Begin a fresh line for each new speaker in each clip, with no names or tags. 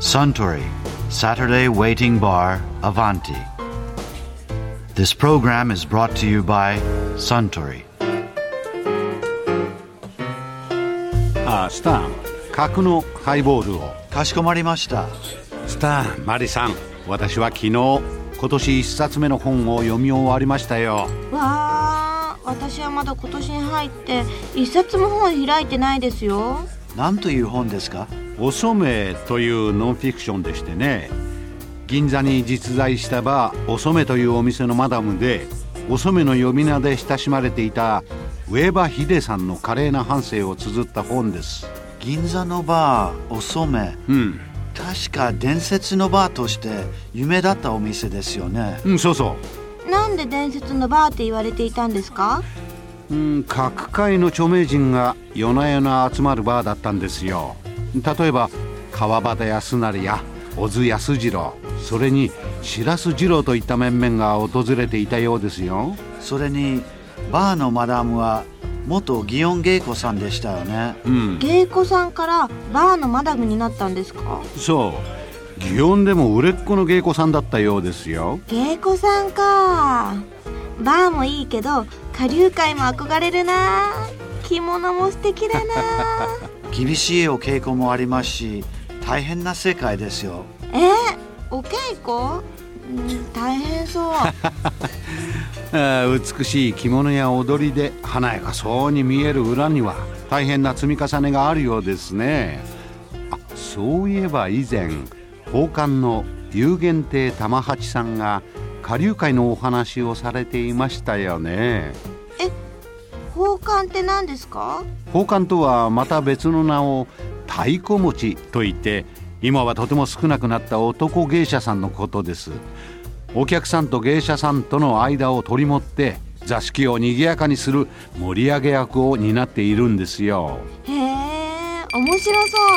Suntory Saturday Waiting Bar Avanti. This program is brought to you by Suntory.
あスター角のハイボールを
かしこまりました。
スターマリさん私は昨日今年1冊目の本を読み終わりましたよ
わあ私はまだ今年に入って一冊も本開いてないですよ
なんという本ですか
「お染め」というノンフィクションでしてね銀座に実在したバー「お染め」というお店のマダムで「お染め」の呼び名で親しまれていた上場秀さんの華麗な半生を綴った本です
銀座のバーお染め
うん、
確か伝説のバーとして夢だったお店ですよね
うん、そうそう
なんで伝説のバーって言われていたんですか
うん、各界の著名人が夜な夜な集まるバーだったんですよ例えば川端康成や小津安二郎それに白洲二郎といった面々が訪れていたようですよ
それにバーのマダムは元祇園芸子さんでしたよね
うん
芸妓さんからバーのマダムになったんですか
そう祇園でも売れっ子の芸妓さんだったようですよ
芸妓さんかバーもいいけど下流界も憧れるな着物も素敵 だな
厳しいお稽古もありますし大変な世界ですよ
えお稽古うん大変 そう
あー美しい着物や踊りで華やかそうに見える裏には大変な積み重ねがあるようですねあそういえば以前宝冠の有限亭玉八さんが下流会のお話をされていましたよね
え宝冠って何ですか
宝冠とはまた別の名を太鼓持ちといって今はとても少なくなった男芸者さんのことですお客さんと芸者さんとの間を取り持って座敷を賑やかにする盛り上げ役を担っているんですよ
へえ面白そう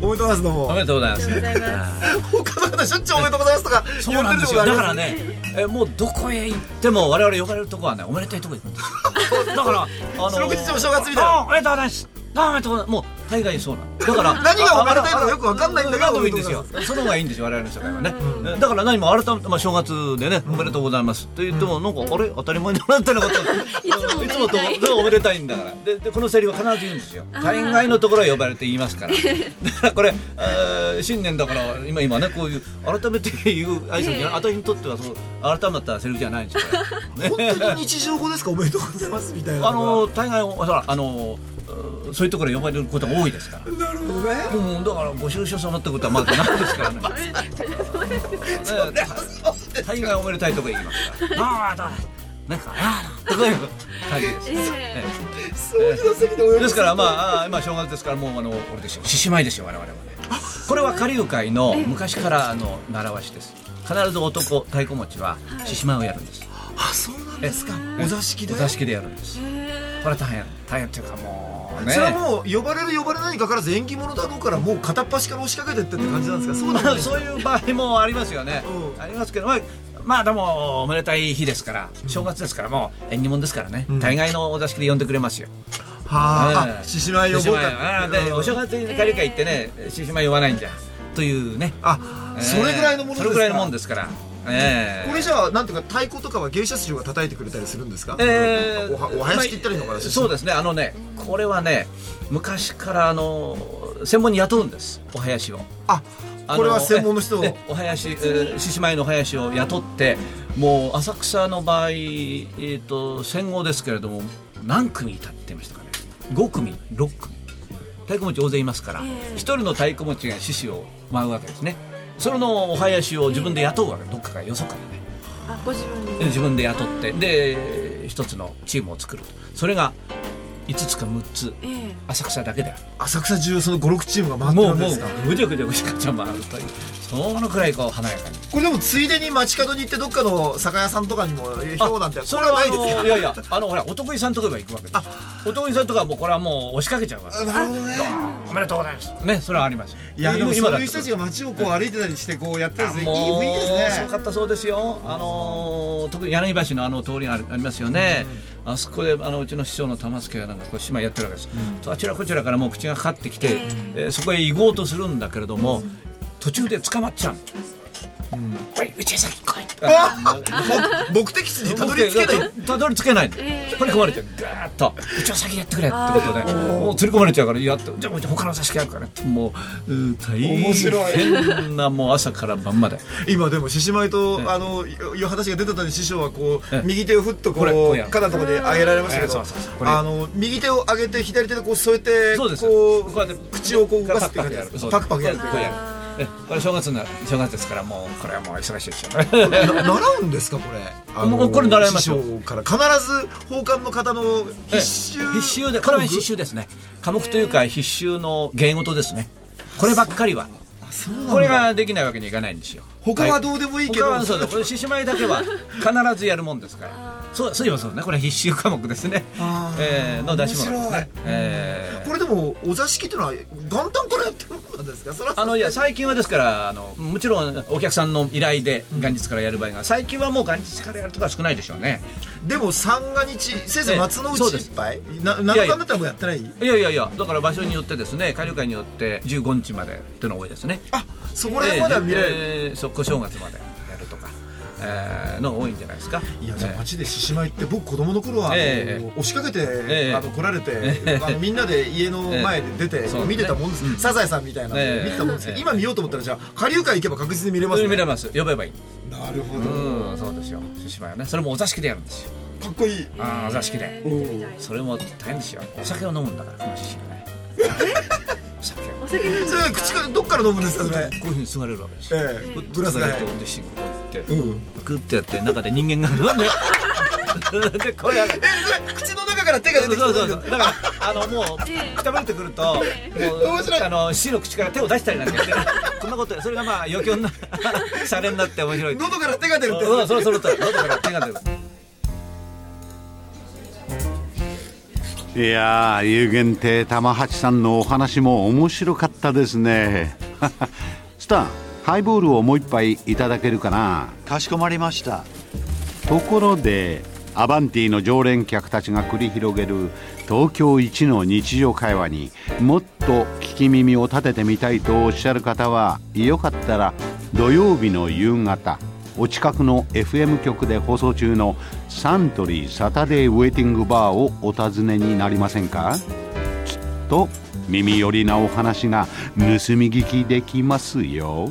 おめでとうございますどう
お
も
めでとうございます。
他の方しょっちゅうおめでとうございますとか
そ
言
う
って
なん
る
で
と
す
こ
よ。
があり
だ
ま
からね、えもうどこへ行っても我々呼ばれるとこはね、おめでたいとこ行くんですよ。だから、あ
四六時お正月みたいな
あおめでとうございます。あおめでとうございます。もう大概そうなんだから
何がおめでたいのかよくわかんないんだけど
何でもいいんですよその方がいいんですよ我々の世界はね、だから何も改めて、まあ、正月でね、おめでとうございますって言ってもなんか、あれ当たり前だなってなこといつもとおめでたいんだからででこのセリフは必ず言うんですよ大概のところは呼ばれて言いますからだからこれ、えー新年だから今今ねこういう改めて言う挨拶じゃない私にとってはそう改まったセリフじゃないんですよこれね
す本当に日常語ですかおめでとうございますみたいな
あの大概ほらあのうそういうところに呼ばれることが多いですから。
なるほどね
うん、だからご愁傷様ってことはまだないです からね。ね大概おめでたいとこ行きますから。ああ、だ。なんか、ああ、とかいう感じです。え
掃除の席でお
え
めで
で
と
すから、まあ、ああ、まあ、正月ですから、もう、あの、これですよ、獅子舞ですよ、我々はね。これは下流会の昔から、あの、習わしです。必ず男、太鼓持ちは獅子舞をやるんです。
あそうなんですか
え
お座敷で
お座敷でやるんです。これは大変、大変っていうか、もうね。
それはもう呼ばれる呼ばれないにかからず縁起物だろうからもう片っ端から押しかけてってって感じなんですかそうなん
まあ
です
そういう場合もありますよね、
うん
ありますけど、まあ、まあでもおめでたい日ですから正月ですからもう縁起物ですからね、大概のお座敷で呼んでくれますよ
は
え
あ
え
獅子舞呼ぼう
獅子舞あ
か
あでお正月に帰り会行ってね獅子舞呼ばないんじゃというね
あ
ええ
それぐらいのものですか
それぐらいのもんですからええ
これじゃあなんていうか太鼓とかは芸者師匠が叩いてくれたりするんですか
えー
おはお囃子って言ったらいいのかな
そうですねあのねこれはね昔からあの専門に雇うんですお囃子を
あ
あ
これは専門の人を
ええお囃子えー獅子舞のお囃子を雇ってもう浅草の場合、えー、と戦後ですけれども何組いたって言いましたかね5組6組太鼓持ち大勢いますから一人の太鼓持ちが獅子を舞うわけですねそれのお囃子を自分で雇うわけどっかからよそからねで自分で雇ってで一つのチームを作るとそれが5つか6つ浅草だけである
浅草中その56チームが回って
も
る
うん
で
もう
すか
ぐちゃぐちゃぐちゃぐちゃ回るというそのくらいこう華やかに
これでもついでに街角に行ってどっかの酒屋さんとかにもひょうなんて
そ
こ
れ
れ
は
はな
あ
いです
の
か
いやいやあのほらお得意さんとかが行くわけですお得意さんとかはもうこれはもう押しかけちゃうわけ
なるほどね
おめでとうございますねそれはあります
いやでもそういう人
だ
た
っ
ち
て
が街をこう歩いてたりしてこうやってるんですねいい
もう
雰囲気です
す
ね
ごかったそうですよ、あのー特に柳橋のあの通りがありありますよね、あそこであのうちの師匠の玉助がなんかこう島やってるわけです、あちらこちらからもう口がかかってきて、えーそこへ行こうとするんだけれども途中で捕まっちゃう。おいうちへ先来いあ
目的地にたどり着けない
たどり着けないこれ込まれちゃうガーッと「うちを先やってくれ」ってことでもう釣り込まれちゃうから「やっとじゃあもう他の座敷やるから」ってもううん大変なもう朝から晩まで
今でも獅子舞とあのいう話が出たのに師匠はこ
ええ
う右手をふっとこ
これこう
う
やる
肩のところで上げられました
え
け
えそ
ど
うそうそうこれ
あの右手を上げて左手でこう添えて
そうです
こ
こうやって
う口をこう動かすっていう感じでやる
そう
パクパクやる
こうやるえこれ正月にな正月ですからもうこれはもう忙しいでしょ
な習うんですかこれあの
もうこれ習いますよ
師匠から必ず奉還の方の必修
必修でこれは必修ですね科目というか必修の芸事ですねこればっかりはこれができないわけにいかないんですよ
他はどうでもいいけど
他はそうですこれ獅子舞だけは必ずやるもんですからそうそういえばそうねこれ必修科目ですね
あ、ー
えー、の出し物です
面白い
ね、えー
これでもお座敷っていうのは元旦からやってるもんなんですかそれは
あのいや最近はですからあのもちろんお客さんの依頼で元日からやる場合が最近はもう元日からやるとかは少ないでしょうね
でも三が日せいぜい松の内
そうで
い
す
っぱいな7
いやいや
日だったらもうやってない
いやいやいやだから場所によってですね下流会によって15日までっていうのが多いですね
あそこら辺までは見られる、
えーそこ正月までやるとか、えー、のが多いんじゃないですか
いやじゃ
え
あ
ー
街で獅子舞って僕子供の頃は、あの
ええ
押しかけて、
え
あの来られて、
え
あのみんなで家の前で出て、
えそうね
見てたもんです、
うん
サザエさんみたいな、
ええ
見てたもんですけ
え
ど、
え
今見ようと思ったらじゃあ下流会行けば確実に見れますね
見れます呼べばいい
なるほ
う
ど、
んそうですよ獅子舞はねそれもお座敷でやるんですよ
かっこいい
ああお座敷で
うん
それも大変ですよお酒を飲むんだからこの獅子舞 ねお酒をこ
お酒飲ん
それ口からどっから飲むんですかそれ
ういうふうにすがれるわけですよ
ええぶ
ぶ
ら
ら
下
下
が
が
っ
っててでシンクって
うん
グッてやって中で人間がなんで でこうやる
えそれ口の中から手が
そ
出
う
てき
そう
て
そうだからあのもうくたばれてくるともう
面白い
あの死の口から手を出したりなんかしてこんなことそれがまあ余興に なシャレになって面白い
喉から手が出るって
そうそうそうそう喉から手が出る
いやー、有限亭玉八さんのお話も面白かったですね。 スタン、ハイボールをもう一杯いただけるかな。
かしこまりました
ところで、アバンティの常連客たちが繰り広げる東京一の日常会話にもっと聞き耳を立ててみたいとおっしゃる方は、よかったら土曜日の夕方、お近くの FM 局で放送中のサントリーサタデーウェイティングバーをお尋ねになりませんかと耳寄りなお話が盗み聞きできますよ。